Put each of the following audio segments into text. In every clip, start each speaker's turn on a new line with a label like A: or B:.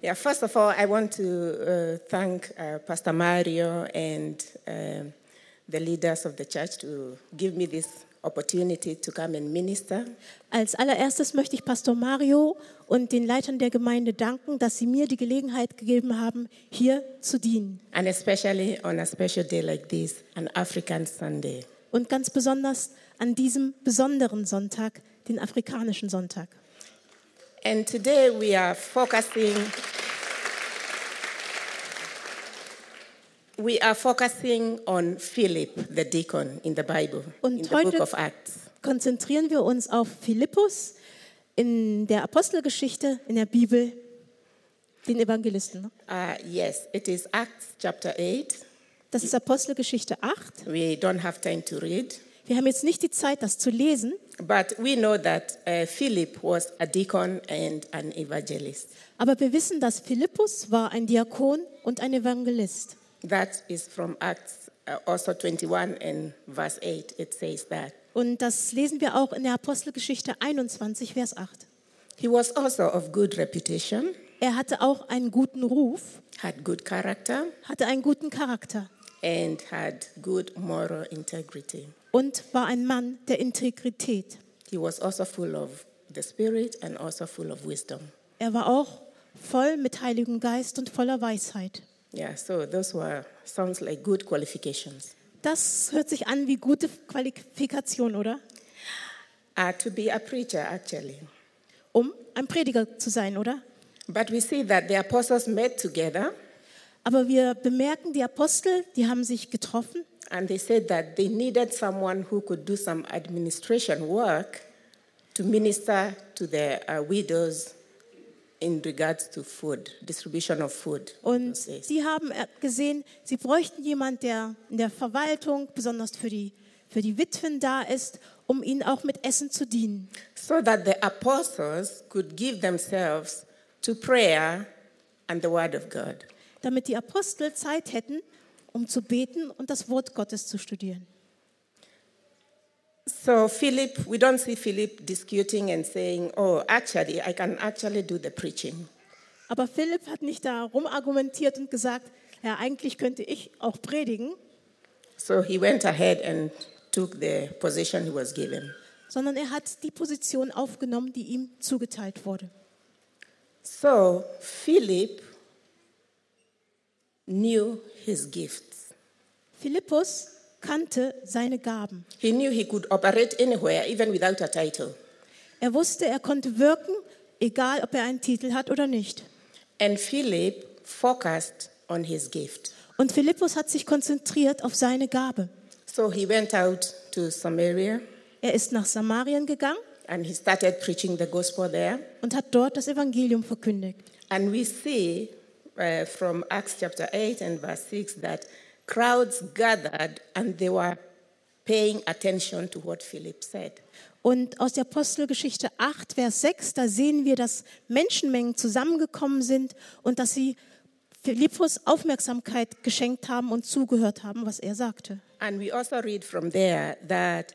A: Yeah, first of all, I want to uh, thank uh, Pastor Mario and um, the leaders of the church to give me this opportunity to come and minister.
B: Als allererstes möchte ich Pastor Mario und den Leitern der Gemeinde danken, dass sie mir die Gelegenheit gegeben haben, hier zu dienen.
A: And especially on a special day like this, an African Sunday.
B: Und ganz besonders an diesem besonderen Sonntag, den afrikanischen Sonntag.
A: And today we are focusing. We are focusing on Philip, the deacon in the Bible, in
B: Und
A: the book
B: heute
A: of Acts.
B: konzentrieren wir uns auf Philippus in der Apostelgeschichte, in der Bibel, den Evangelisten. ne?
A: Uh, yes, it is Acts chapter 8.
B: Das ist Apostelgeschichte 8.
A: We don't have time to read,
B: Wir haben jetzt nicht die Zeit, das zu lesen,
A: but we know that uh, Philip was a deacon and an evangelist.
B: aber wir wissen, dass Philippus war ein Diakon und ein Evangelist.
A: That is from Acts uh, also 21 and verse 8. It says that.
B: Und das lesen wir auch in der Apostelgeschichte 21, Vers 8.
A: He was also of good reputation,
B: Er hatte auch einen guten Ruf,
A: had good character,
B: hatte einen guten Charakter
A: and had good moral integrity.
B: und war ein Mann der Integrität.
A: He was also full of the Spirit and also full of wisdom.
B: Er war auch voll mit Heiligem Geist und voller Weisheit.
A: Yeah, so those were sounds like good qualifications.
B: Das hört sich an wie gute Qualifikation, oder?
A: Uh, to be a preacher, actually.
B: Um ein Prediger zu sein, oder?
A: But we see that the apostles met together
B: Aber wir bemerken, die Apostel, die haben sich getroffen
A: and they said that they needed someone who could do some administration work to minister to the uh, widows in regards to food, distribution of food.
B: und
A: those days.
B: sie haben äh, gesehen, sie bräuchten jemanden, der in der Verwaltung, besonders für die, für die Witwen da ist, um ihnen auch mit Essen zu dienen.
A: so that the apostles could give themselves to prayer and the word of God.
B: damit die Apostel Zeit hätten, um zu beten und das Wort Gottes zu studieren.
A: So Philip, we don't see Philip disputing and saying, "Oh, actually, I can actually do the preaching."
B: Aber Philipp hat nicht darum argumentiert und gesagt, ja, eigentlich könnte ich auch predigen,
A: So he went ahead and took the position he was given.
B: sondern er hat die Position aufgenommen, die ihm zugeteilt wurde.
A: So Philip knew his gifts.
B: Philippus kannte seine Gaben.
A: He knew he could operate anywhere, even without a title.
B: Er wusste, er konnte wirken, egal ob er einen Titel hat oder nicht.
A: And Philip focused on his gift.
B: Und Philippus hat sich konzentriert auf seine Gabe.
A: So he went out to Samaria
B: Er ist nach Samarien gegangen
A: and he started preaching the gospel there.
B: und hat dort das Evangelium verkündigt.
A: And we see uh, from Acts chapter 8 and verse 6 that crowds gathered and they were paying attention to what Philip said.
B: Und aus der Apostelgeschichte 8, Vers 6, da sehen wir, dass Menschenmengen zusammengekommen sind und dass sie Philippus Aufmerksamkeit geschenkt haben und zugehört haben, was er sagte.
A: And we also read from there that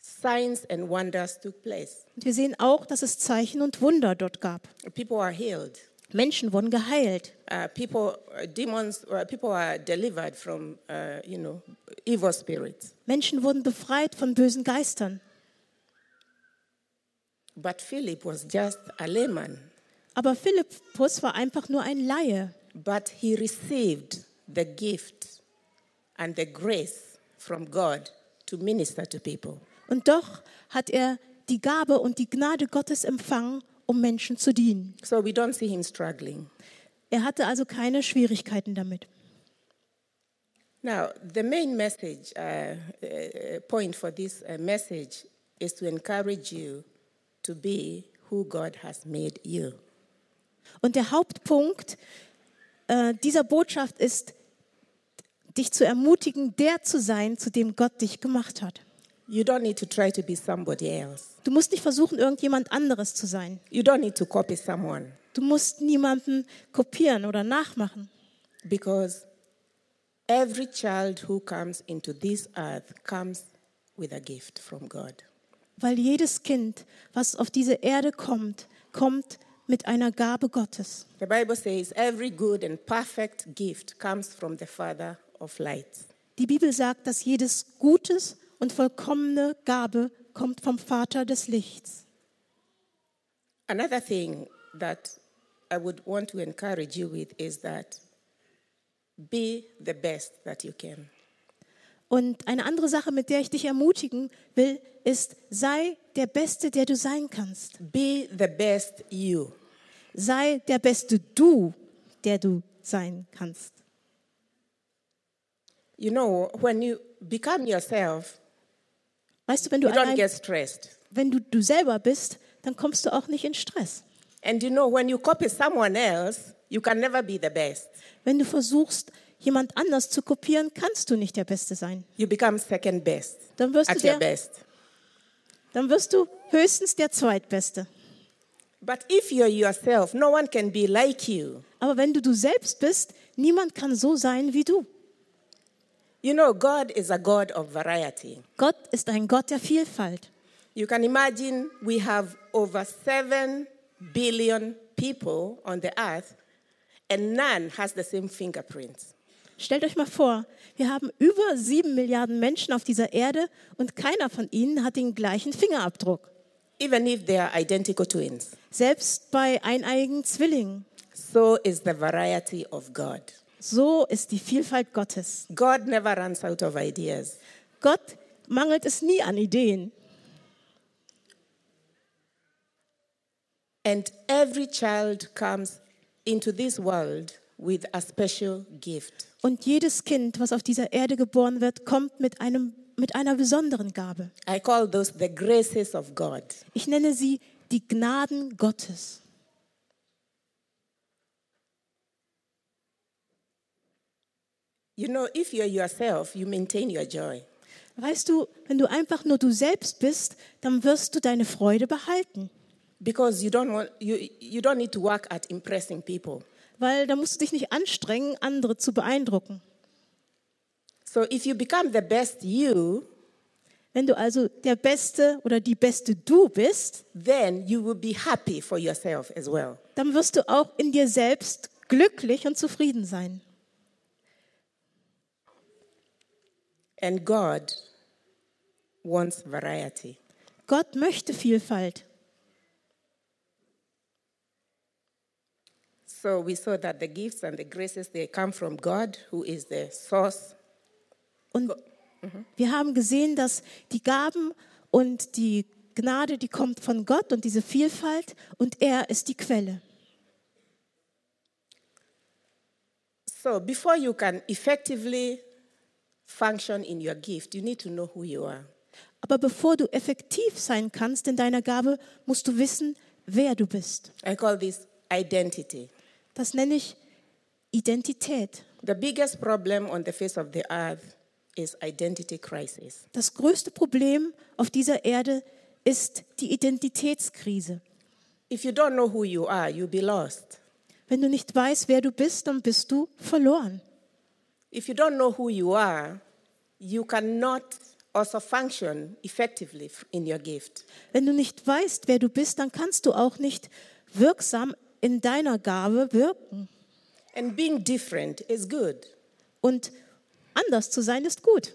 A: signs and wonders took place.
B: Und wir sehen auch, dass es Zeichen und Wunder dort gab.
A: People were healed.
B: Menschen wurden geheilt.
A: Uh, people, uh, demons, uh, people were delivered from, uh, you know, evil spirits.
B: Menschen wurden befreit von bösen Geistern.
A: But Philip was just a layman.
B: Aber Philippus war einfach nur ein Laie.
A: But he received the gift and the grace from God to minister to people.
B: Und doch hat er die Gabe und die Gnade Gottes empfangen, um Menschen zu dienen.
A: So we don't see him struggling.
B: Er hatte also keine Schwierigkeiten damit.
A: Now, the main message, uh, uh, point for this uh, message is to encourage you to be who God has made you.
B: Und der Hauptpunkt äh, dieser Botschaft ist, dich zu ermutigen, der zu sein, zu dem Gott dich gemacht hat.
A: You don't need to try to be somebody else.
B: Du musst nicht versuchen, irgendjemand anderes zu sein.
A: You don't need to copy someone
B: Du musst niemanden kopieren oder nachmachen,
A: because every child who comes into this earth comes with a gift from God.
B: weil jedes Kind, was auf diese Erde kommt, kommt mit einer Gabe Gottes.
A: The Bible says every good and perfect gift comes from the Father of lights.
B: Die Bibel sagt, dass jedes Gutes und vollkommene Gabe kommt vom Vater des Lichts.
A: Another thing that I would want to encourage you with is that be the best that you can.
B: Und eine andere Sache, mit der ich dich ermutigen will, ist, sei der Beste, der du sein kannst.
A: Be the best you.
B: Sei der beste Du, der du sein kannst.
A: You know, when you become yourself,
B: Weißt du, wenn du,
A: you don't
B: ein,
A: get stressed.
B: wenn du du selber bist, dann kommst du auch nicht in Stress.
A: And you know, when you copy someone else, you can never be the best.
B: Wenn du versuchst, jemand anders zu kopieren, kannst du nicht der Beste sein.
A: You become second best
B: Dann wirst du
A: at your
B: der,
A: best.
B: dann wirst du höchstens der Zweitbeste.
A: But if you're yourself, no one can be like you.
B: Aber wenn du du selbst bist, niemand kann so sein wie du.
A: You know, God is a God of variety.
B: Gott ist ein Gott der Vielfalt.
A: You can imagine we have over 7 billion people on the earth, and none has the same fingerprints.
B: Stellt euch mal vor, wir haben über sieben Milliarden Menschen auf dieser Erde und keiner von ihnen hat den gleichen Fingerabdruck.
A: even if they are identical twins.
B: Selbst bei eineiigen Zwillingen.
A: So is the variety of God.
B: So ist die Vielfalt Gottes.
A: God never runs out of ideas.
B: Gott mangelt es nie an Ideen.
A: And every child comes into this world with a special gift.
B: Und jedes Kind, was auf dieser Erde geboren wird, kommt mit, einem, mit einer besonderen Gabe.
A: I call those the graces of God.
B: Ich nenne sie die Gnaden Gottes.
A: You know, if you're yourself, you maintain your joy.
B: Weißt du, wenn du einfach nur du selbst bist, dann wirst du deine Freude behalten.
A: Because you don't, want, you, you don't need to work at impressing people.
B: Weil da musst du dich nicht anstrengen, andere zu beeindrucken.
A: So if you become the best you,
B: Wenn du also der Beste oder die Beste du bist,
A: then you will be happy for yourself as well.
B: dann wirst du auch in dir selbst glücklich und zufrieden sein.
A: And God wants variety.
B: Gott möchte Vielfalt.
A: So we saw that the gifts and the graces they come from God, who is the source.
B: Und wir haben gesehen, dass die Gaben und die Gnade, die kommt von Gott und diese Vielfalt und er ist die Quelle.
A: So before you can effectively function in your gift, you need to know who you are.
B: Aber bevor du effektiv sein kannst in deiner Gabe, musst du wissen, wer du bist.
A: I call this identity.
B: Das nenne ich Identität.
A: The biggest problem on the face of the earth is identity crisis.
B: Das größte Problem auf dieser Erde ist die Identitätskrise.
A: If you don't know who you are, you'll be lost.
B: Wenn du nicht weißt, wer du bist, dann bist du verloren.
A: If you don't know who you are, you cannot also function effectively in your gift.
B: Wenn du nicht weißt, wer du bist, dann kannst du auch nicht wirksam in deiner Gabe wirken.
A: And being different is good.
B: Und anders zu sein ist gut.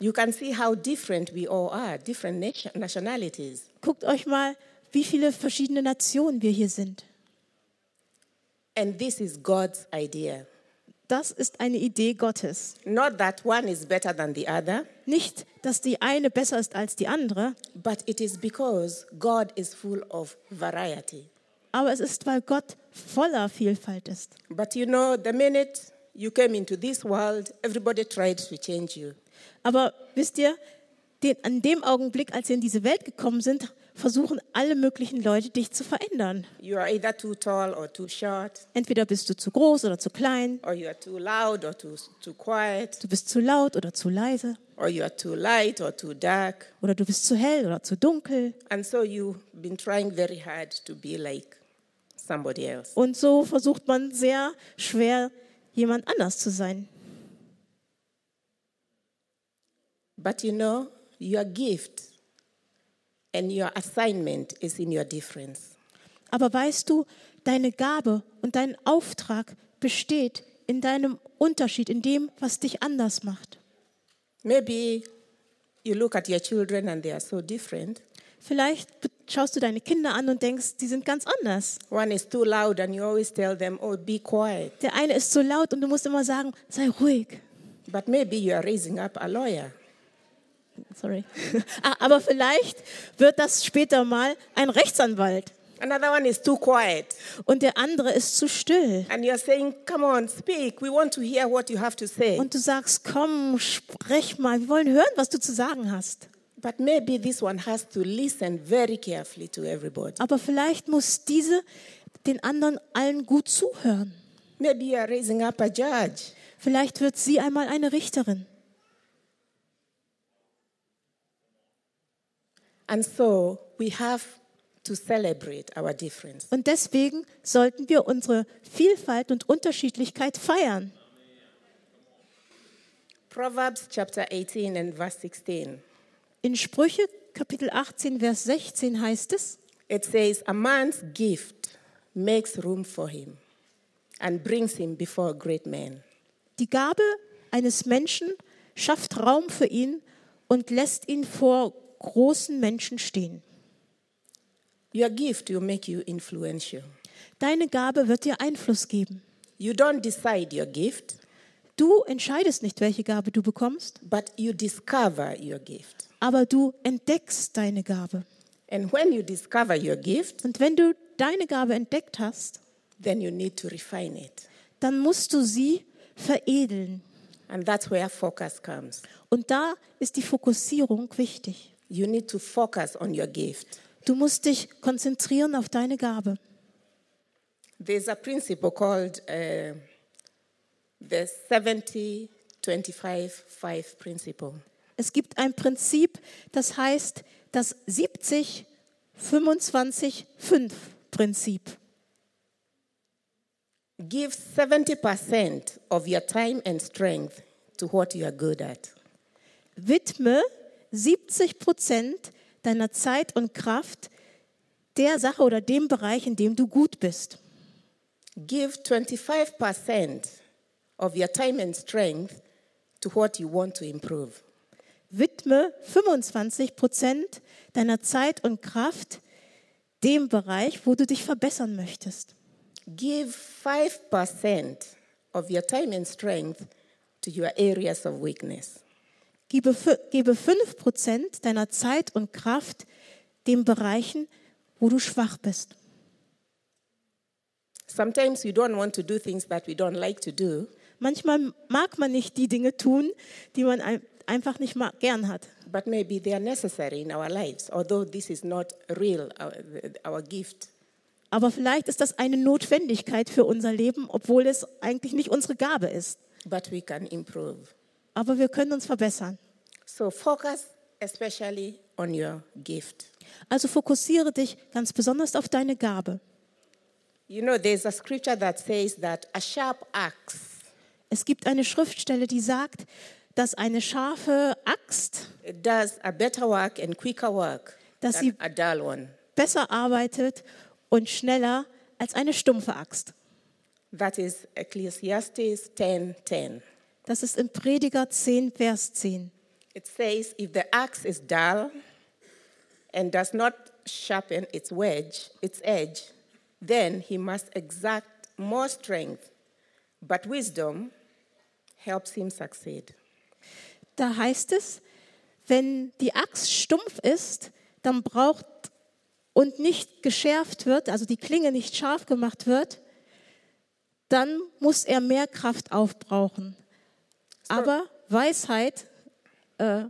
A: You can see how different we all are, different nation, nationalities.
B: Guckt euch mal, wie viele verschiedene Nationen wir hier sind.
A: And this is God's idea.
B: Das ist eine Idee Gottes.
A: Not that one is better than the other,
B: Nicht, dass die eine besser ist als die andere,
A: but it is because God is full of variety.
B: aber es ist, weil Gott voller Vielfalt ist.
A: But you know, the minute you came into this world, everybody tried to change you.
B: Aber wisst ihr, den, an dem Augenblick, als ihr in diese Welt gekommen sind, versuchen alle möglichen Leute, dich zu verändern.
A: You are either too tall or too short,
B: Entweder bist du zu groß oder zu klein,
A: or you are too loud or too, too quiet,
B: du bist zu laut oder zu leise,
A: or you are too light or too dark.
B: oder du bist zu hell oder zu dunkel.
A: And so you've been trying very hard to be like somebody else.
B: Und so versucht man sehr schwer, jemand anders zu sein.
A: But you know, your gift and your assignment is in your difference.
B: Aber weißt du, deine Gabe und dein Auftrag besteht in deinem Unterschied, in dem, was dich anders macht.
A: Maybe you look at your children and they are so different.
B: Vielleicht be- schaust du deine Kinder an und denkst, die sind ganz anders.
A: One is too loud and you always tell them, oh, be quiet.
B: Der eine ist so laut und du musst immer sagen, sei ruhig.
A: But maybe you are raising up a lawyer.
B: Sorry. Ah, Aber vielleicht wird das später mal ein Rechtsanwalt.
A: Another one is too quiet.
B: Und der andere ist zu still.
A: And you're saying, come on, speak. We want to hear what you have to say.
B: Und du sagst, komm, sprech mal, wir wollen hören, was du zu sagen hast.
A: But maybe this one has to listen very carefully to everybody.
B: Aber vielleicht muss diese den anderen allen gut zuhören.
A: Maybe you are raising up a judge.
B: Vielleicht wird sie einmal eine Richterin.
A: And so we have to celebrate our difference.
B: Und deswegen sollten wir unsere Vielfalt und Unterschiedlichkeit feiern.
A: Proverbs chapter 18 and verse 16.
B: In Sprüche Kapitel 18, Vers 16 heißt es,
A: It says, A man's gift makes room for him and brings him before great men.
B: die Gabe eines Menschen schafft Raum für ihn und lässt ihn vor großen Menschen stehen.
A: Your gift will make you influential.
B: Deine Gabe wird dir Einfluss geben.
A: You don't decide your gift,
B: Du entscheidest nicht, welche Gabe du bekommst,
A: but you discover your gift.
B: aber du entdeckst deine Gabe.
A: And when you discover your gift,
B: Und wenn du deine Gabe entdeckt hast,
A: then you need to refine it.
B: dann musst du sie veredeln.
A: And that's where focus comes.
B: Und da ist die Fokussierung wichtig.
A: You need to focus on your gift.
B: Du musst dich konzentrieren auf deine Gabe.
A: There's a principle called uh, the 70 25 5 principle.
B: Es gibt ein Prinzip, das heißt das 70 25 5 Prinzip.
A: Give 70% of your time and strength to what you are good at.
B: Widme 70 Prozent deiner Zeit und Kraft der Sache oder dem Bereich, in dem du gut bist.
A: Give 25% of your time and strength to what you want to improve.
B: Widme 25 Prozent deiner Zeit und Kraft dem Bereich, wo du dich verbessern möchtest.
A: Give 5% of your time and strength to your areas of weakness.
B: Gebe, fü- gebe 5 Prozent deiner Zeit und Kraft den Bereichen, wo du schwach bist.
A: Sometimes you don't want to do things that we don't like to do,
B: Manchmal mag man nicht die Dinge tun, die man ein, einfach nicht ma- gern hat.
A: but maybe they are necessary in our lives, although this is not real, our, our gift.
B: Aber vielleicht ist das eine Notwendigkeit für unser Leben, obwohl es eigentlich nicht unsere Gabe ist.
A: But we can improve.
B: Aber wir können uns verbessern.
A: So focus especially on your gift.
B: Also fokussiere dich ganz besonders auf deine Gabe.
A: You know, there's a scripture that says that a sharp axe
B: Es gibt eine Schriftstelle, die sagt, dass eine scharfe Axt
A: does a better work and quicker work
B: Does
A: than
B: he-
A: a dull one.
B: besser arbeitet und schneller als eine stumpfe Axt.
A: That is Ecclesiastes 10:10.
B: Das ist im Prediger 10, Vers 10.
A: It says, if the axe is dull and does not sharpen its wedge, its edge, then he must exact more strength, but wisdom helps him succeed.
B: Da heißt es, wenn die Axt stumpf ist, dann braucht und nicht geschärft wird, also die Klinge nicht scharf gemacht wird, dann muss er mehr Kraft aufbrauchen. Aber Weisheit äh,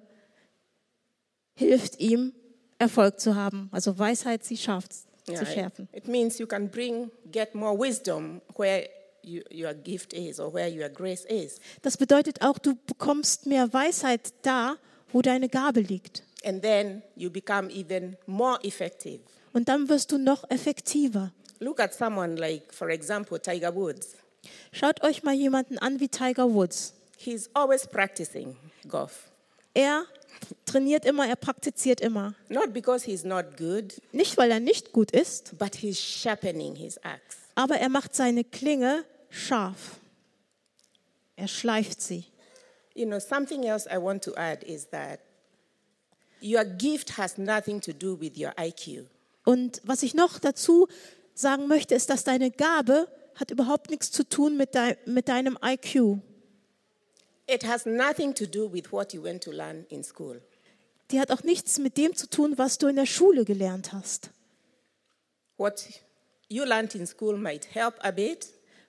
B: hilft ihm, Erfolg zu haben. Also Weisheit, sie scharf
A: Yeah,
B: zu
A: it-
B: schärfen.
A: It means you can bring, get more wisdom where you, your gift is or where your grace is.
B: Das bedeutet auch, du bekommst mehr Weisheit da, wo deine Gabe liegt.
A: And then you become even more effective.
B: Und dann wirst du noch effektiver.
A: Look at someone like, for example, Tiger Woods.
B: Schaut euch mal jemanden an wie Tiger Woods.
A: He's always practicing golf.
B: Er trainiert immer, er praktiziert immer.
A: Not because he's not good,
B: Nicht, weil er nicht gut ist,
A: but he's sharpening his axe.
B: aber er macht seine Klinge scharf. Er schleift sie.
A: You know, something else I want to add is that your gift has nothing to do with your IQ.
B: Und was ich noch dazu sagen möchte, ist, dass deine Gabe hat überhaupt nichts zu tun mit, dei- mit deinem IQ.
A: It has nothing to do with what you went to learn in school.
B: Die hat auch nichts mit dem zu tun, was du in der Schule gelernt hast.
A: What you learned in school might help a bit,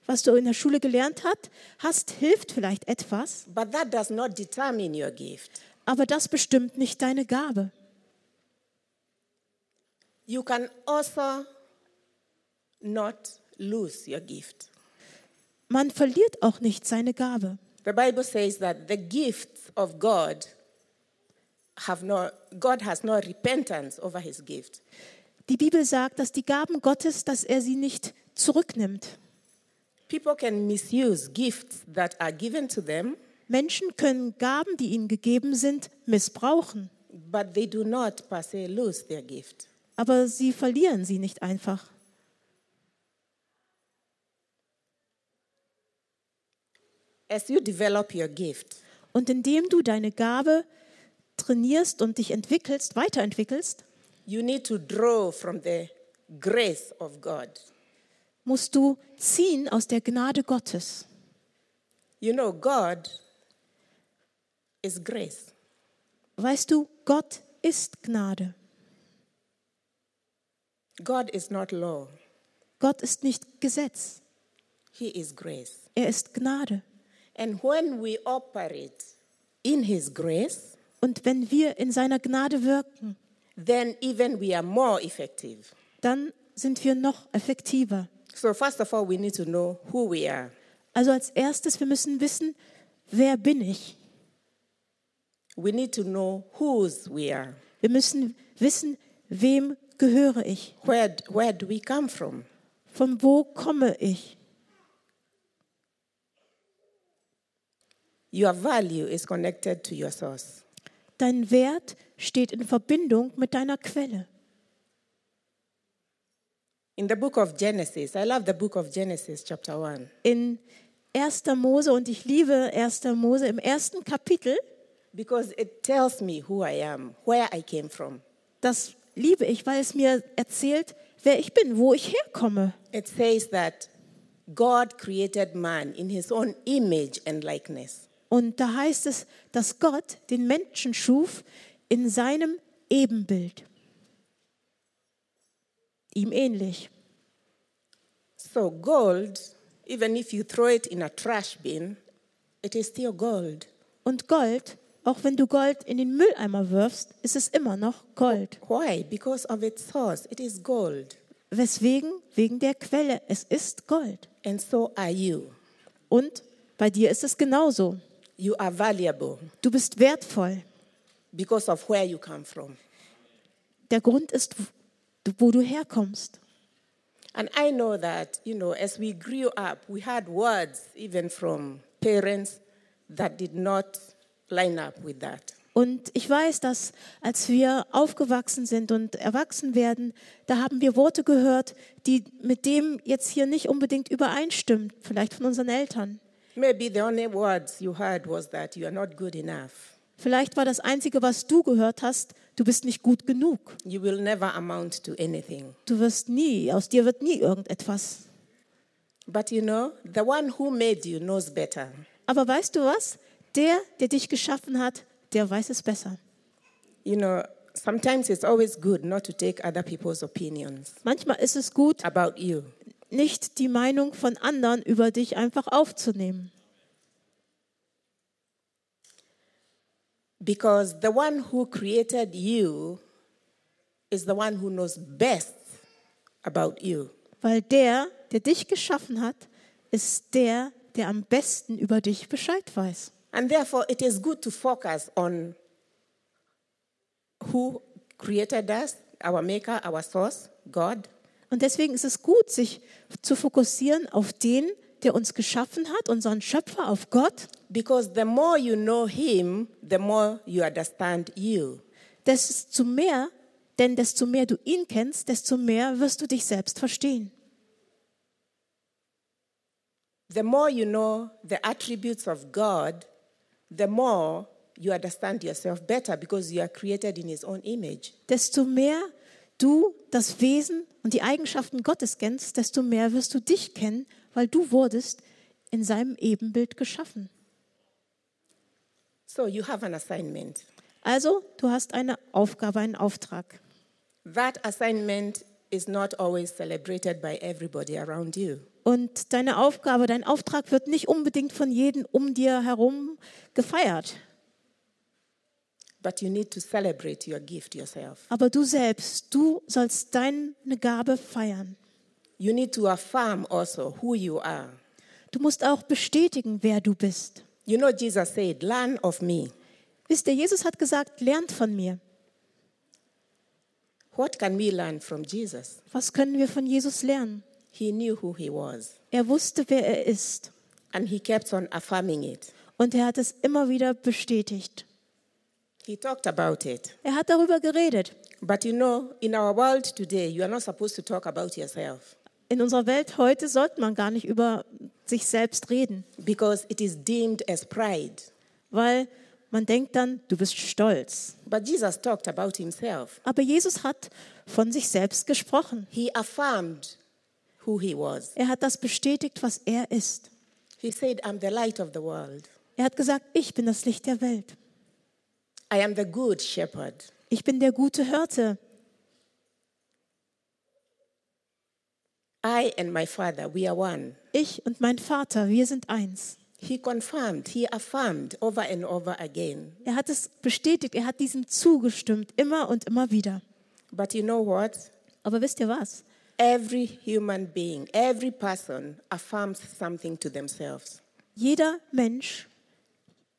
B: Was du in der Schule gelernt hat, hast, hilft vielleicht etwas,
A: but that does not determine your gift.
B: aber das bestimmt nicht deine Gabe.
A: You can also not lose your gift.
B: Man verliert auch nicht seine Gabe.
A: The Bible says that the gifts of God have no God has no repentance over his gift.
B: Die Bibel sagt, dass die Gaben Gottes, dass er sie nicht zurücknimmt.
A: People can misuse gifts that are given to them,
B: Menschen können Gaben, die ihnen gegeben sind, missbrauchen,
A: but they do not per se lose their gift.
B: aber sie verlieren sie nicht einfach.
A: As you develop your gift,
B: Und indem du deine Gabe trainierst und dich entwickelst, weiterentwickelst,
A: you need to draw from the grace of God.
B: musst du ziehen aus der Gnade Gottes.
A: You know, God is grace.
B: Weißt du, Gott ist Gnade.
A: God is not law.
B: Gott ist nicht Gesetz,
A: He is grace.
B: er ist Gnade.
A: And when we operate in His grace,
B: Und wenn wir in seiner Gnade wirken,
A: then even we are more effective.
B: dann sind wir noch effektiver.
A: So, first of all, we need to know who we are.
B: Also als erstes, wir müssen wissen, wer bin ich?
A: We need to know whose we are.
B: Wir müssen wissen, wem gehöre ich?
A: Where, where do we come from?
B: Von wo komme ich?
A: Your value is connected to your source.
B: Dein Wert steht in Verbindung mit deiner Quelle.
A: In the book of Genesis, I love the book of Genesis, chapter 1.
B: In 1. Mose, und ich liebe 1. Mose, im ersten Kapitel,
A: Because it tells me who I am, where I came from.
B: das liebe ich, weil es mir erzählt, wer ich bin, wo ich herkomme.
A: It says that God created man in his own image and likeness.
B: Und da heißt es, dass Gott den Menschen schuf in seinem Ebenbild. Ihm ähnlich.
A: So, gold, even if you throw it in a trash bin, it is still gold.
B: Und Gold, auch wenn du Gold in den Mülleimer wirfst, ist es immer noch Gold.
A: Why? Because of its source. It is gold.
B: Weswegen? Wegen der Quelle. Es ist Gold.
A: And so are you.
B: Und bei dir ist es genauso.
A: You are valuable
B: Du bist wertvoll.
A: because of where you come from.
B: Der Grund ist, wo du herkommst.
A: And I know that, you know, as we grew up, we had words even from parents that did not line up with that.
B: Und ich weiß, dass als wir aufgewachsen sind und erwachsen werden, da haben wir Worte gehört, die mit dem jetzt hier nicht unbedingt übereinstimmen, vielleicht von unseren Eltern.
A: Maybe the only words you heard was that you are not good enough.
B: Vielleicht war das Einzige, was du gehört hast, du bist nicht gut genug.
A: You will never amount to anything.
B: Du wirst nie, aus dir wird nie irgendetwas.
A: But you know, the one who made you knows better.
B: Aber weißt du was? Der, der dich geschaffen hat, der weiß es besser.
A: You know, sometimes it's always good not to take other people's opinions
B: Manchmal ist es gut,
A: about you.
B: nicht die Meinung von anderen über dich einfach aufzunehmen.
A: Because the one who created you is the one who knows best about you.
B: Weil der, der dich geschaffen hat, ist der, der am besten über dich Bescheid weiß.
A: And therefore, it is good to focus on who created us, our maker, our source, God,
B: Und deswegen ist es gut, sich zu fokussieren auf den, der uns geschaffen hat, unseren Schöpfer auf Gott,
A: Because the more you know Him, the more you understand you.
B: desto mehr, denn desto mehr du ihn kennst, desto mehr wirst du dich selbst verstehen.
A: The more you know the attributes of God, the more you understand yourself better because you are created in His own image.
B: Desto mehr du das Wesen und die Eigenschaften Gottes kennst, desto mehr wirst du dich kennen, weil du wurdest in seinem Ebenbild geschaffen.
A: So you have an assignment.
B: Also, du hast eine Aufgabe, einen Auftrag.
A: That assignment is not always celebrated by everybody around you.
B: Und deine Aufgabe, dein Auftrag wird nicht unbedingt von jedem um dir herum gefeiert.
A: But you need to celebrate your gift yourself.
B: Aber du selbst, du sollst deine Gabe feiern.
A: You need to affirm also who you are.
B: Du musst auch bestätigen, wer du bist.
A: You know, Jesus said, Learn of me.
B: Wisst ihr, Jesus hat gesagt, lernt von mir.
A: What can we learn from Jesus?
B: Was können wir von Jesus lernen?
A: He knew who he was,
B: Er wusste, wer er ist.
A: and he kept on affirming it.
B: Und er hat es immer wieder bestätigt.
A: He talked about it.
B: Er hat darüber geredet.
A: But you know, in our world today, you are not supposed to talk about yourself
B: In unserer Welt heute sollte man gar nicht über sich selbst reden,
A: because it is deemed as pride.
B: weil man denkt dann, du bist stolz.
A: But Jesus talked about himself.
B: Aber Jesus hat von sich selbst gesprochen.
A: He affirmed who he was.
B: Er hat das bestätigt, was er ist.
A: He said, I'm the light of the world.
B: Er hat gesagt, ich bin das Licht der Welt.
A: I am the good shepherd.
B: Ich bin der gute Hirte.
A: I and my father, we are one.
B: Ich und mein Vater, wir sind eins.
A: He confirmed, he affirmed over and over again.
B: Er hat es bestätigt, er hat diesem zugestimmt, immer und immer wieder.
A: But you know what?
B: Aber wisst ihr was?
A: Every human being, every person affirms something to themselves.
B: Jeder Mensch,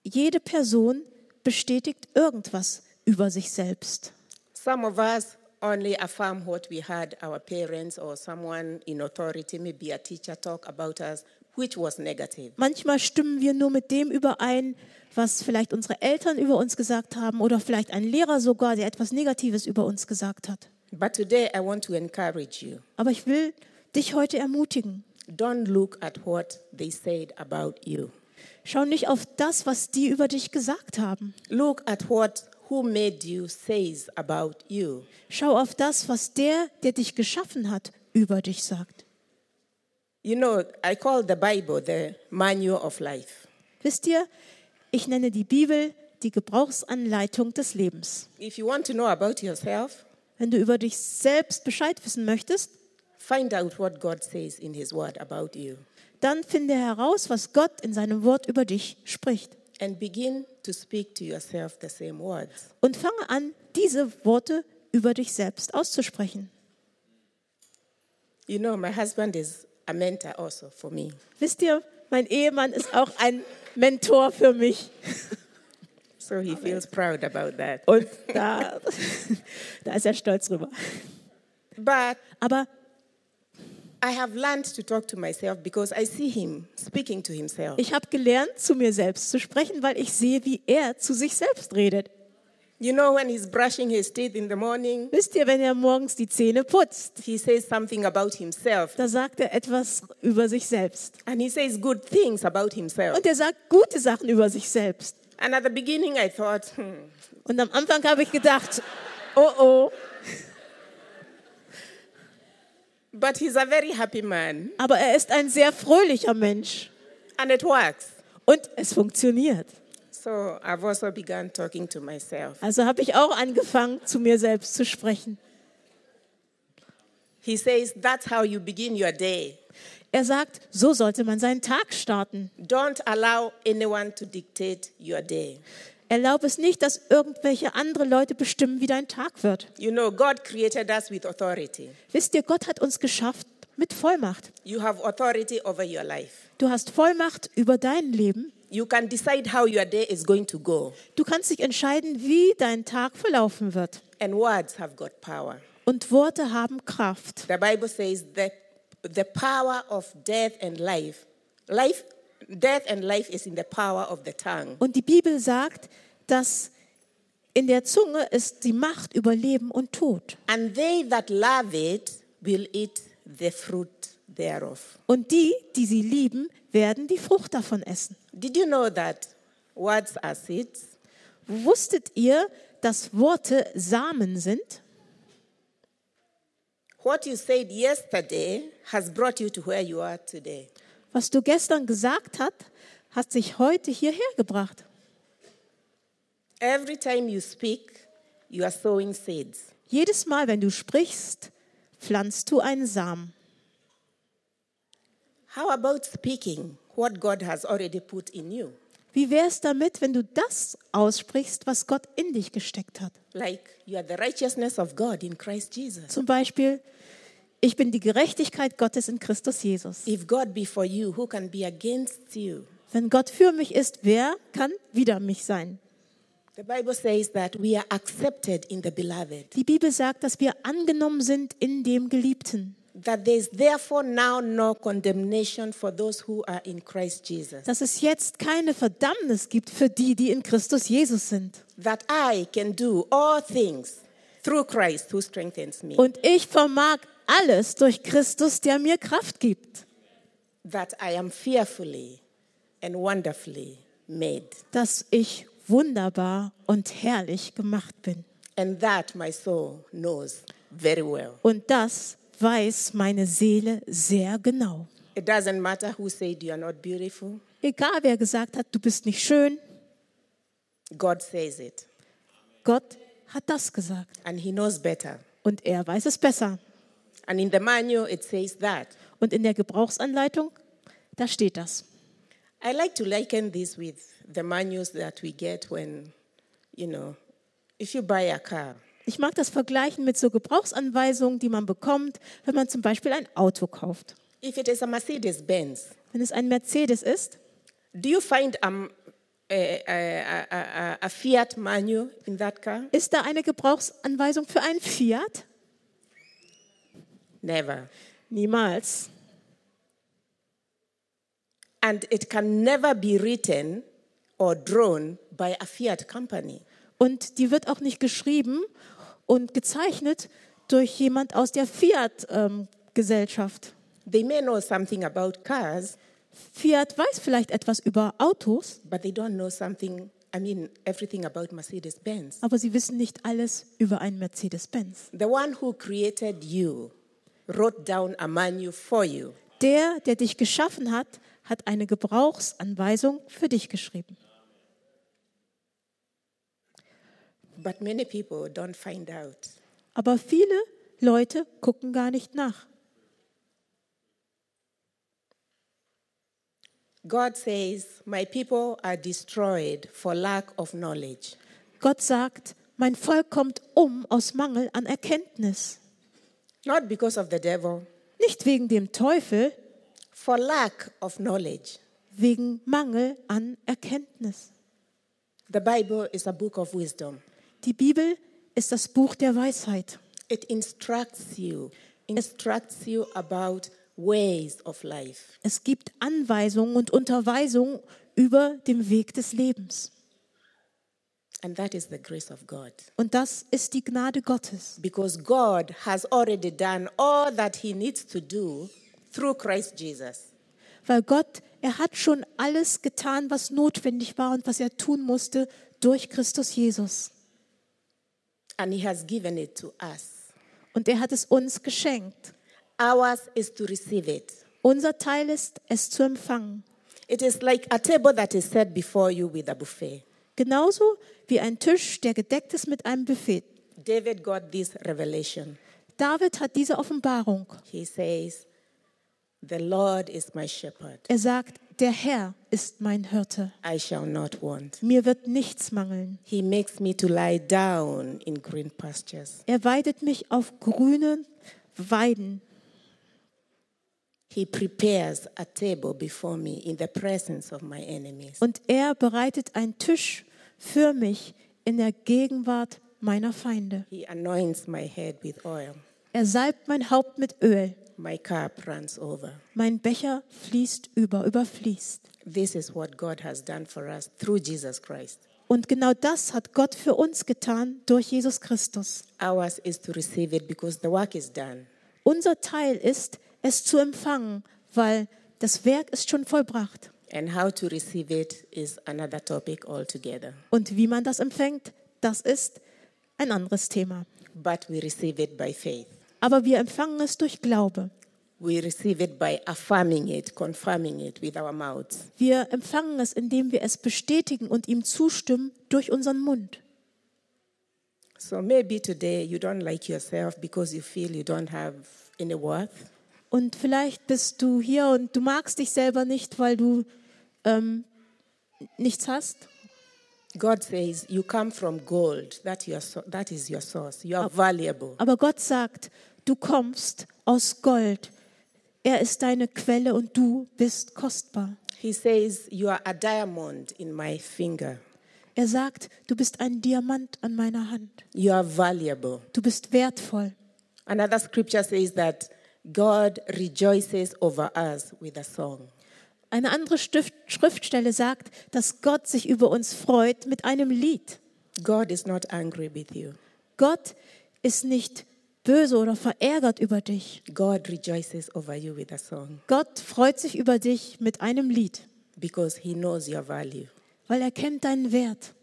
B: jede Person bestätigt irgendwas über sich selbst.
A: Some of us only affirm what we heard our parents or someone in authority, maybe a teacher, talk about us, which was negative.
B: Manchmal stimmen wir nur mit dem überein, was vielleicht unsere Eltern über uns gesagt haben oder vielleicht ein Lehrer sogar, der etwas Negatives über uns gesagt hat.
A: But today I want to encourage you
B: Aber ich will dich heute ermutigen.
A: don't look at what they said about you,
B: Schau nicht auf das, was die über dich gesagt haben.
A: look at what who made you says about you.
B: Schau auf das, was der, der dich geschaffen hat, über dich sagt.
A: You know, I call the Bible the manual of life.
B: Wisst ihr, ich nenne die Bibel die Gebrauchsanleitung des Lebens.
A: If you want to know about yourself,
B: Wenn du über dich selbst Bescheid wissen möchtest,
A: Find out what God says in His Word about you
B: dann finde heraus, was Gott in seinem Wort über dich spricht.
A: and begin to speak to yourself the same words.
B: Und fange an, diese Worte über dich selbst auszusprechen.
A: You know, my husband is a mentor also for me.
B: Wisst ihr, mein Ehemann ist auch ein Mentor für mich.
A: So he feels proud about that.
B: Und da, da ist er stolz drüber.
A: But
B: Aber
A: I have learned to talk to myself because I see him speaking to himself.
B: ich habe gelernt, zu mir selbst zu sprechen, weil ich sehe, wie er zu sich selbst redet.
A: You know, when he's brushing his teeth in the morning,
B: Wisst ihr, wenn er morgens die Zähne putzt,
A: he says something about himself
B: da sagt er etwas über sich selbst.
A: and he says good things about himself.
B: Und er sagt gute Sachen über sich selbst.
A: And at the beginning, I thought, hmm,
B: Und am Anfang habe ich gedacht, oh oh,
A: but he's a very happy man
B: aber er ist ein sehr fröhlicher Mensch.
A: and it works.
B: Und es funktioniert.
A: So I've also begun talking to myself.
B: Also habe ich auch angefangen, zu mir selbst zu sprechen.
A: He says that's how you begin your day.
B: Er sagt, so sollte man seinen Tag starten.
A: Don't allow anyone to dictate your day.
B: Erlaub es nicht, dass irgendwelche andere Leute bestimmen, wie dein Tag wird.
A: You know, God created us with authority.
B: Wisst ihr, Gott hat uns geschafft mit Vollmacht.
A: You have authority over your life.
B: Du hast Vollmacht über dein Leben.
A: You can decide how your day is going to go,
B: Du kannst dich entscheiden, wie dein Tag verlaufen wird.
A: and words have got power.
B: Und Worte haben Kraft.
A: The Bible says that the power of death and life Life, death and life is in the power of the tongue.
B: Und die Bibel sagt, dass in der Zunge ist die Macht über Leben und Tod.
A: And they that love it will eat the fruit thereof.
B: Und die, die sie lieben, werden die Frucht davon essen.
A: Did you know that words are seeds?
B: Wusstet ihr, dass Worte Samen sind?
A: What you said yesterday has brought you to where you are today.
B: Was du gestern gesagt hast, hat sich heute hierher gebracht.
A: Every time you speak, you are sowing seeds.
B: Jedes Mal, wenn du sprichst, pflanzt du einen Samen.
A: How about speaking what God has already put in you?
B: Wie wäre es damit, wenn du das aussprichst, was Gott in dich gesteckt hat?
A: Like you are the righteousness of God in Christ Jesus.
B: Zum Beispiel, ich bin die Gerechtigkeit Gottes in Christus Jesus.
A: If God be for you, who can be against you?
B: Wenn Gott für mich ist, wer kann wider mich sein?
A: The Bible says that we are accepted in the beloved,
B: Die Bibel sagt, dass wir angenommen sind in dem Geliebten.
A: that there is therefore now no condemnation for those who are in Christ Jesus,
B: Dass es jetzt keine Verdammnis gibt für die, die in Christus Jesus sind.
A: that I can do all things through Christ who strengthens me,
B: Und ich vermag alles durch Christus, der mir Kraft gibt.
A: that I am fearfully and wonderfully made,
B: Dass ich wunderbar und herrlich gemacht bin.
A: and that my soul knows very well.
B: Und das weiß meine Seele sehr genau.
A: It doesn't matter who said you are not beautiful,
B: Egal wer gesagt hat, du bist nicht schön,
A: God says it,
B: Gott hat das gesagt.
A: and He knows better.
B: Und er weiß es besser.
A: And in the manual, it says that.
B: Und in der Gebrauchsanleitung, da steht das.
A: I like to liken this with the manuals that we get when, you know, if you buy a car,
B: Ich mag das vergleichen mit so Gebrauchsanweisungen, die man bekommt, wenn man zum Beispiel ein Auto kauft.
A: if it is a Mercedes Benz,
B: Wenn es ein Mercedes ist,
A: do you find um, a, a, a, a, a Fiat manual in that car?
B: ist da eine Gebrauchsanweisung für einen Fiat?
A: Never.
B: Niemals.
A: And it can never be written or drawn by a Fiat company.
B: Und die wird auch nicht geschrieben und gezeichnet durch jemand aus der Fiat-Gesellschaft. Ähm,
A: They may know something about cars,
B: Fiat weiß vielleicht etwas über Autos,
A: but they don't know something, I mean, everything about Mercedes Benz.
B: aber sie wissen nicht alles über einen Mercedes-Benz.
A: The one who created you wrote down a manual for you.
B: Der, der dich geschaffen hat, hat eine Gebrauchsanweisung für dich geschrieben.
A: But many people don't find out.
B: Aber viele Leute gucken gar nicht nach.
A: God says, My people are destroyed for lack of knowledge.
B: Gott sagt, mein Volk kommt um aus Mangel an Erkenntnis.
A: Not because of the devil,
B: Nicht wegen dem Teufel,
A: for lack of knowledge.
B: wegen Mangel an Erkenntnis.
A: The Bible is a book of wisdom,
B: Die Bibel ist das Buch der Weisheit.
A: it instructs you, instructs you about ways of life.
B: Es gibt Anweisungen und Unterweisungen über den Weg des Lebens.
A: And that is the grace of God.
B: Und das ist die Gnade Gottes.
A: Because God has already done all that He needs to do through Christ Jesus.
B: Weil Gott, er hat schon alles getan, was notwendig war und was er tun musste durch Christus Jesus.
A: And He has given it to us.
B: Und er hat es uns geschenkt.
A: Ours is to receive it.
B: Unser Teil ist, es zu empfangen.
A: It is like a table that is set before you with a buffet.
B: Genauso wie ein Tisch, der gedeckt ist mit einem Buffet.
A: David got this revelation.
B: David hat diese Offenbarung.
A: He says, The Lord is my shepherd.
B: Er sagt, der Herr ist mein Hirte.
A: I shall not want.
B: Mir wird nichts mangeln.
A: He makes me to lie down in green pastures.
B: Er weidet mich auf grünen Weiden.
A: He prepares a table before me in the presence of my enemies.
B: Und er bereitet einen Tisch für mich in der Gegenwart meiner Feinde.
A: He anoints my head with oil.
B: Er salbt mein Haupt mit Öl.
A: My cup runs over.
B: Mein Becher fließt über, überfließt.
A: This is what God has done for us through Jesus Christ.
B: Und genau das hat Gott für uns getan durch Jesus Christus.
A: Ours is to receive it because the work is done.
B: Unser Teil ist, es zu empfangen, weil das Werk ist schon vollbracht.
A: And how to receive it is another topic altogether.
B: Und wie man das empfängt, das ist ein anderes Thema.
A: But we receive it by faith.
B: Aber wir empfangen es durch Glaube.
A: We receive it by affirming it, confirming it with our mouths.
B: Wir empfangen es, indem wir es bestätigen und ihm zustimmen durch unseren Mund.
A: So maybe today you don't like yourself because you feel you don't have any worth.
B: Und vielleicht bist du hier und du magst dich selber nicht, weil du ähm, nichts hast.
A: God says you come from gold. That, your, so- that is your source. You are valuable.
B: Aber Gott sagt, du kommst aus Gold. Er ist deine Quelle und du bist kostbar.
A: He says you are a diamond in my finger.
B: Er sagt, du bist ein Diamant an meiner Hand.
A: You are valuable.
B: Du bist wertvoll.
A: Another scripture says that God rejoices over us with a song.
B: Eine andere Stift Schriftstelle sagt, dass Gott sich über uns freut mit einem Lied.
A: God is not angry with you.
B: Gott ist nicht böse oder verärgert über dich.
A: God rejoices over you with a song
B: Gott freut sich über dich mit einem Lied,
A: because he knows your value.
B: weil er kennt deinen Wert.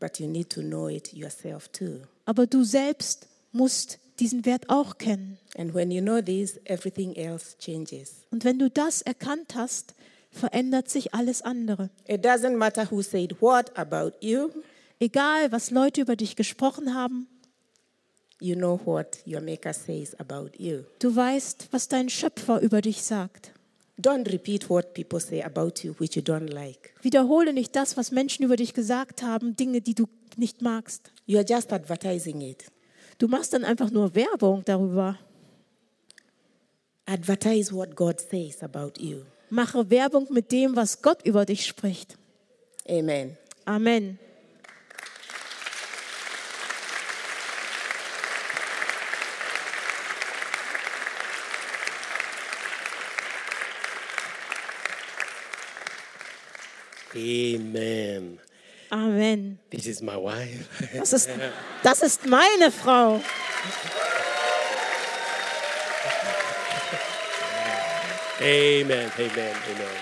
A: But you need to know it yourself too.
B: Aber du selbst musst diesen Wert auch kennen.
A: And when you know this, everything else changes.
B: Und wenn du das erkannt hast, verändert sich alles andere.
A: It doesn't matter who said what about you,
B: Egal, was Leute über dich gesprochen haben,
A: you know what your Maker says about you.
B: du weißt, was dein Schöpfer über dich sagt.
A: Don't repeat what people say about you, which you don't like.
B: Wiederhole nicht das, was Menschen über dich gesagt haben, Dinge, die du nicht magst.
A: You're just advertising it.
B: Du machst dann einfach nur Werbung darüber.
A: Advertise what God says about you.
B: Mache Werbung mit dem, was Gott über dich spricht.
A: Amen.
B: Amen.
C: Amen.
B: Amen.
C: This is my wife.
B: Das ist, das ist meine Frau.
C: Amen. Amen. Amen.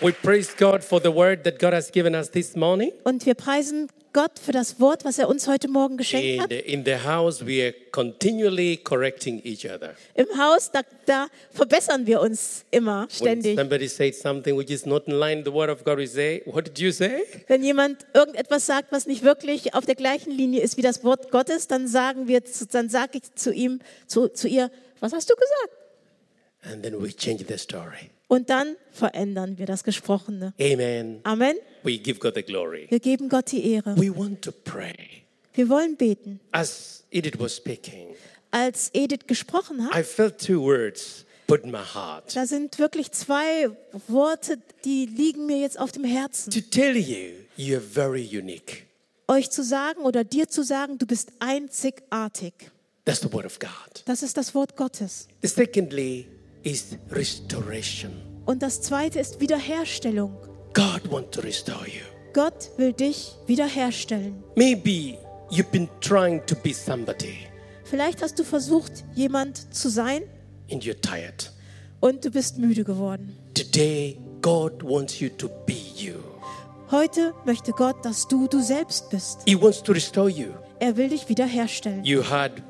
C: We praise God for the word that God has given us this morning.
B: Und wir preisen Gott für das Wort, was er uns heute Morgen geschenkt
C: In
B: hat.
C: the, in the house, we are continually correcting each other.
B: Im Haus, da, da verbessern wir uns immer
C: When
B: ständig.
C: somebody says something which is not in line with the word of God, we say, What did you say?
B: Wenn jemand irgendetwas sagt, was nicht wirklich auf der gleichen Linie ist wie das Wort Gottes, dann sagen wir, zu- dann sage ich zu ihm, zu, zu ihr, was hast du gesagt?
C: And then we change the story.
B: Und dann verändern wir das Gesprochene.
C: Amen.
B: Amen.
C: We give God the glory.
B: Wir geben Gott die Ehre.
C: We want to pray.
B: Wir wollen beten.
C: As Edith was speaking,
B: Als Edith gesprochen hat,
C: I felt two words put in my heart
B: da sind wirklich zwei Worte, die liegen mir jetzt auf dem Herzen.
C: to tell you, you're very unique.
B: Euch zu sagen oder dir zu sagen, du bist einzigartig.
C: That's the word of God.
B: Das ist das Wort Gottes.
C: The secondly is restoration.
B: Und das zweite ist Wiederherstellung.
C: God wants to restore you.
B: Gott will dich wiederherstellen.
C: Maybe you've been trying to be somebody
B: Vielleicht hast du versucht, jemand zu sein
C: and you're tired.
B: und du bist müde geworden.
C: Today, God wants you to be you.
B: Heute möchte Gott, dass du du selbst bist.
C: He wants to restore you.
B: Er will dich wiederherstellen.
C: You heard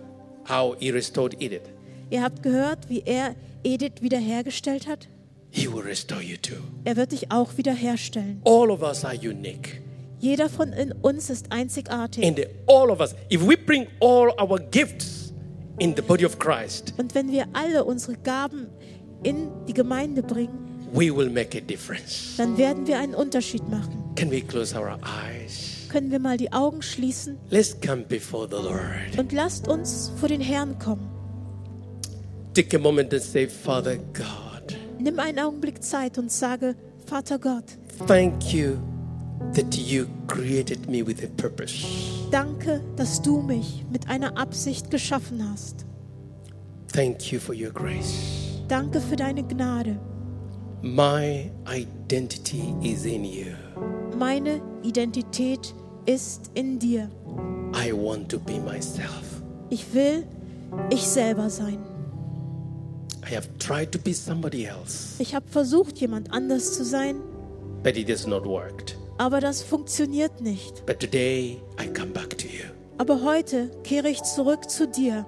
C: how He restored Edith.
B: Ihr habt gehört, wie er Edith wiederhergestellt hat.
C: He will restore you too.
B: Er wird dich auch wiederherstellen.
C: All of us are unique.
B: Jeder von in uns ist einzigartig.
C: And all of us, if we bring all our gifts in the body of Christ,
B: Und wenn wir alle unsere Gaben in die Gemeinde bringen,
C: we will make a difference.
B: dann werden wir einen Unterschied machen.
C: Can we close our eyes?
B: Können wir mal die Augen schließen
C: Let's come before the Lord.
B: und lasst uns vor den Herrn kommen.
C: Take a moment and say, Father God,
B: Nimm einen Augenblick Zeit und sage, Vater Gott,
C: thank you that you created me with a purpose.
B: danke, dass du mich mit einer Absicht geschaffen hast.
C: Thank you for your grace.
B: Danke für deine Gnade.
C: My identity is in you.
B: Meine Identität ist in dir.
C: I want to be myself.
B: Ich will ich selber sein.
C: I have tried to be somebody else,
B: Ich habe versucht, jemand anders zu sein,
C: but it has not worked.
B: aber das funktioniert nicht.
C: But today I come back to you.
B: Aber heute kehre ich zurück zu dir.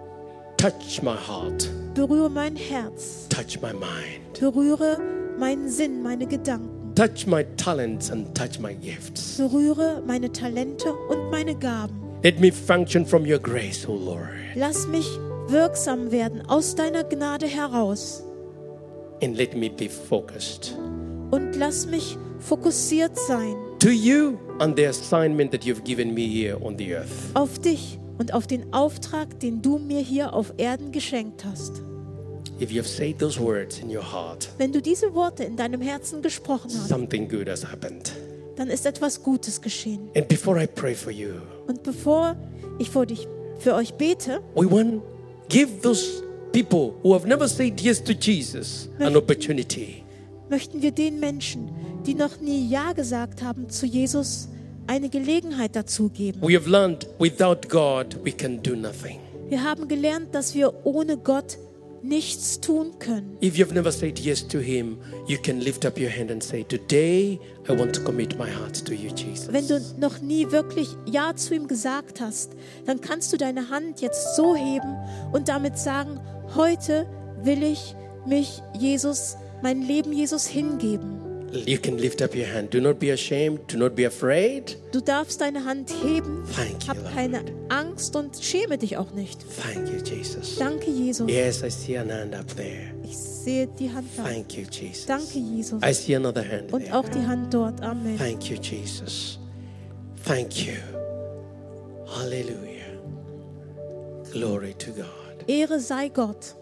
C: Touch my heart,
B: Berühre mein Herz.
C: touch my mind,
B: Berühre meinen Sinn, meine Gedanken.
C: touch my talents, and touch my gifts.
B: Berühre meine Talente und meine Gaben.
C: Let me function from your grace, O Lord,
B: Lass mich wirksam werden aus deiner Gnade heraus.
C: and let me be focused
B: Und lass mich fokussiert sein
C: to you and the assignment that you've given me here on the earth.
B: auf dich und auf den Auftrag, den du mir hier auf Erden geschenkt hast.
C: If you've said those words in your heart,
B: Wenn du diese Worte in deinem Herzen gesprochen hast,
C: something good has happened.
B: dann ist etwas Gutes geschehen.
C: And before I pray for you,
B: Und bevor ich vor dich, für euch bete,
C: we want give those people who have never said yes to Jesus an opportunity.
B: möchten wir den Menschen, die noch nie Ja gesagt haben zu Jesus, eine Gelegenheit dazu geben.
C: We have learned without God we can do nothing.
B: Wir haben gelernt, dass wir ohne Gott nichts tun können.
C: If you've never said yes to Him, you can lift up your hand and say, Today I want to commit my heart to you,
B: Wenn du
C: Jesus.
B: noch nie wirklich Ja zu ihm gesagt hast, dann kannst du deine Hand jetzt so heben und damit sagen, heute will ich mich Jesus, mein Leben Jesus hingeben.
C: You can lift up your hand. Do not be ashamed. Do not be afraid.
B: Du darfst deine Hand heben,
C: Thank you,
B: hab
C: Lord.
B: keine Angst und schäme dich auch nicht.
C: Thank you, Jesus.
B: Danke, Jesus.
C: Yes, I see an hand up there.
B: Ich sehe die Hand da.
C: Thank you, Jesus.
B: Danke, Jesus.
C: I see another hand
B: Und
C: there.
B: auch die Hand dort. Amen.
C: Thank you, Jesus. Thank you. Hallelujah. Glory to God.
B: Ehre sei Gott.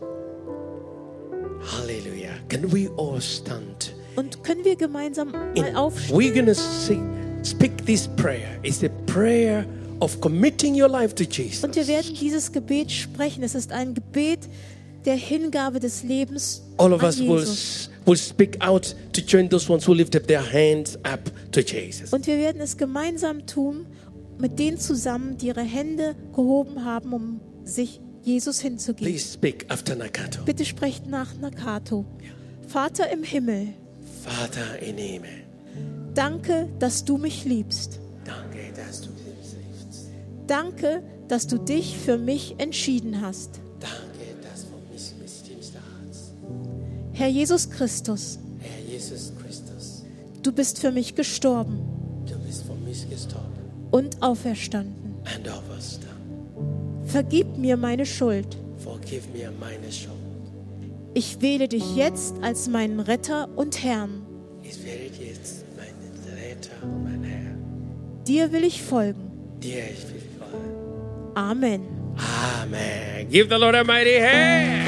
C: Hallelujah. Can we all stand?
B: Und können wir gemeinsam mal aufstehen?
C: We're going to sing, speak this prayer. It's a prayer of committing your life to
B: Und wir
C: Jesus.
B: werden dieses Gebet sprechen. Es ist ein Gebet der Hingabe des Lebens
C: All of
B: an
C: us will,
B: Jesus.
C: s- will speak out to join those ones who lift up their hands up to Jesus.
B: Und wir werden es gemeinsam tun, mit denen zusammen, die ihre Hände gehoben haben, um sich Jesus hinzugeben.
C: Please speak after Nakato.
B: Bitte sprecht nach Nakato. Vater im Himmel,
C: Vater in Himmel,
B: danke, dass du mich liebst.
C: danke, dass du mich liebst.
B: Danke, dass du dich für mich entschieden hast.
C: Danke, dass du mich bestimmt hast.
B: Herr Jesus Christus,
C: Herr eh, Jesus Christus,
B: du bist für mich gestorben
C: du bist für mich gestorben
B: und auferstanden.
C: und auferstanden.
B: Vergib mir meine Schuld.
C: Vergib mir meine Schuld.
B: Ich wähle dich jetzt als meinen Retter und Herrn.
C: Ich werde jetzt meinen Retter und mein Herr.
B: Dir will ich folgen.
C: Dir ich will folgen.
B: Amen.
C: Amen. Give the Lord a mighty hand.